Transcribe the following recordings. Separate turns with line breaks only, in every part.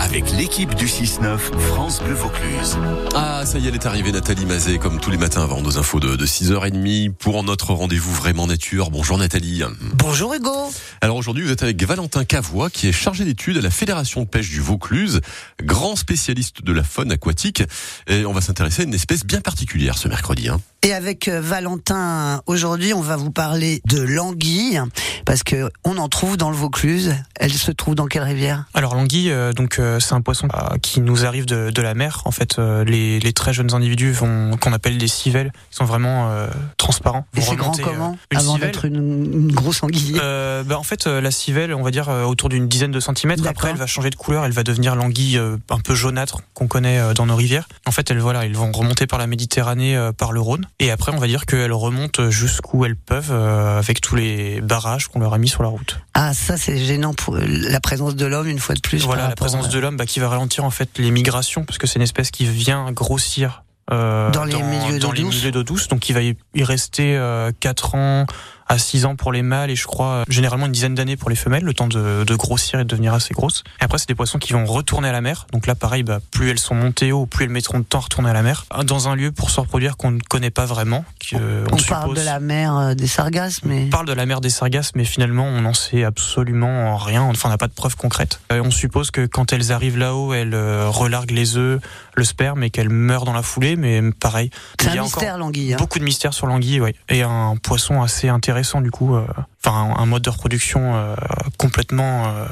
avec l'équipe du 6-9 France Bleu Vaucluse.
Ah, ça y est, elle est arrivée, Nathalie Mazet, comme tous les matins avant nos infos de, de 6h30 pour notre rendez-vous vraiment nature. Bonjour Nathalie.
Bonjour Hugo.
Alors aujourd'hui, vous êtes avec Valentin Cavois, qui est chargé d'études à la Fédération de pêche du Vaucluse, grand spécialiste de la faune aquatique. Et on va s'intéresser à une espèce bien particulière ce mercredi. hein.
Et avec euh, Valentin, aujourd'hui, on va vous parler de l'anguille, parce que on en trouve dans le Vaucluse. Elle se trouve dans quelle rivière
Alors l'anguille, euh, donc euh, c'est un poisson euh, qui nous arrive de, de la mer. En fait, euh, les, les très jeunes individus vont- qu'on appelle des civelles, qui sont vraiment euh, transparents.
Et
Vous
c'est grand
remontez, euh,
comment
une
Avant
civelle
d'être une, une grosse anguille.
euh, bah, en fait, euh, la civelle, on va dire euh, autour d'une dizaine de centimètres.
D'accord.
Après, elle va changer de couleur. Elle va devenir l'anguille euh, un peu jaunâtre qu'on connaît euh, dans nos rivières. En fait, elles voilà, elles vont remonter par la Méditerranée, euh, par le Rhône. Et après, on va dire qu'elles remontent euh, jusqu'où elles peuvent euh, avec tous les barrages qu'on leur a mis sur la route.
Ah, ça, c'est gênant pour la présence de l'homme, une fois de plus.
voilà
par
la
rapport, euh,
présence de l'homme bah, qui va ralentir en fait les migrations parce que c'est une espèce qui vient grossir euh,
Dans les milieux
dans
d'eau
les
douce.
milieux d'eau douce donc il va y y rester 4 ans à 6 ans pour les mâles et je crois euh, généralement une dizaine d'années pour les femelles le temps de, de grossir et de devenir assez grosses et après c'est des poissons qui vont retourner à la mer donc là pareil bah, plus elles sont montées haut plus elles mettront de temps à retourner à la mer dans un lieu pour se reproduire qu'on ne connaît pas vraiment que, euh,
On,
on
parle de
suppose-
la mer euh, des Sargasses, mais
on parle de la mer des Sargasses, mais finalement, on n'en sait absolument rien. Enfin, on n'a pas de preuves concrètes. Euh, on suppose que quand elles arrivent là-haut, elles euh, relarguent les œufs, le sperme, et qu'elles meurent dans la foulée. Mais pareil,
c'est
il y
un
a
mystère, l'anguille. hein.
beaucoup de mystères sur l'anguille, ouais. Et un poisson assez intéressant, du coup. euh, Enfin, un mode de reproduction euh, complètement euh,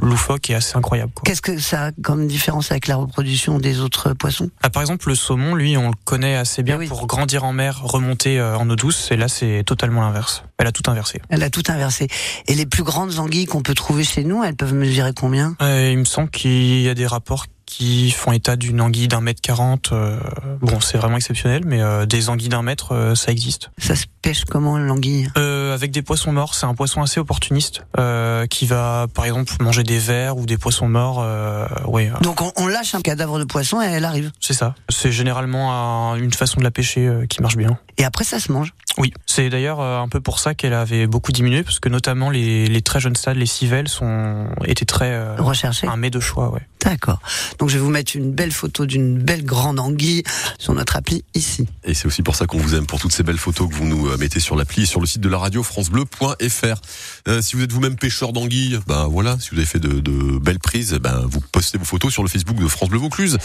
loufoque et assez incroyable. Quoi.
Qu'est-ce que ça a comme différence avec la reproduction des autres poissons
Ah, par exemple, le saumon, lui, on le connaît assez bien
Ah oui.
pour grandir en mer, remonter euh, en eau douce. Et là, c'est totalement l'inverse. Elle a tout inversé.
Elle a tout inversé. Et les plus grandes anguilles qu'on peut trouver chez nous, elles peuvent mesurer combien
Euh, il me semble qu'il y a des rapports qui font état d'une anguille d'un mètre quarante. euh, bon, c'est vraiment exceptionnel, mais euh, des anguilles d'un mètre, euh, ça existe.
Ça se pêche comment l'anguille
Euh, avec des poissons morts, c'est un poisson assez opportuniste euh, qui va, par exemple, manger des vers ou des poissons morts. Euh, oui, euh,
Donc on, on lâche un cadavre de poisson et elle arrive.
c'est ça. C'est généralement un- une façon de la pêcher euh, qui marche bien.
Et après ça se mange.
Oui, c'est d'ailleurs euh, un peu pour ça qu'elle avait beaucoup diminué, parce que notamment les, les très jeunes stades, les civelles, sont étaient très euh,
Recherché.
un mets de choix. Ouais.
D'accord. Donc je vais vous mettre une belle photo d'une belle grande anguille sur notre appli ici.
Et c'est aussi pour ça qu'on vous aime, pour toutes ces belles photos que vous nous euh, mettez sur l'appli et sur le site de la radio francebleu.fr. Euh, si vous êtes vous-même pêcheur bah, d'anguilles, bah voilà, si vous avez fait de, de belles prises, ben vous postez vos photos sur le Facebook de France Bleu Vaucluse.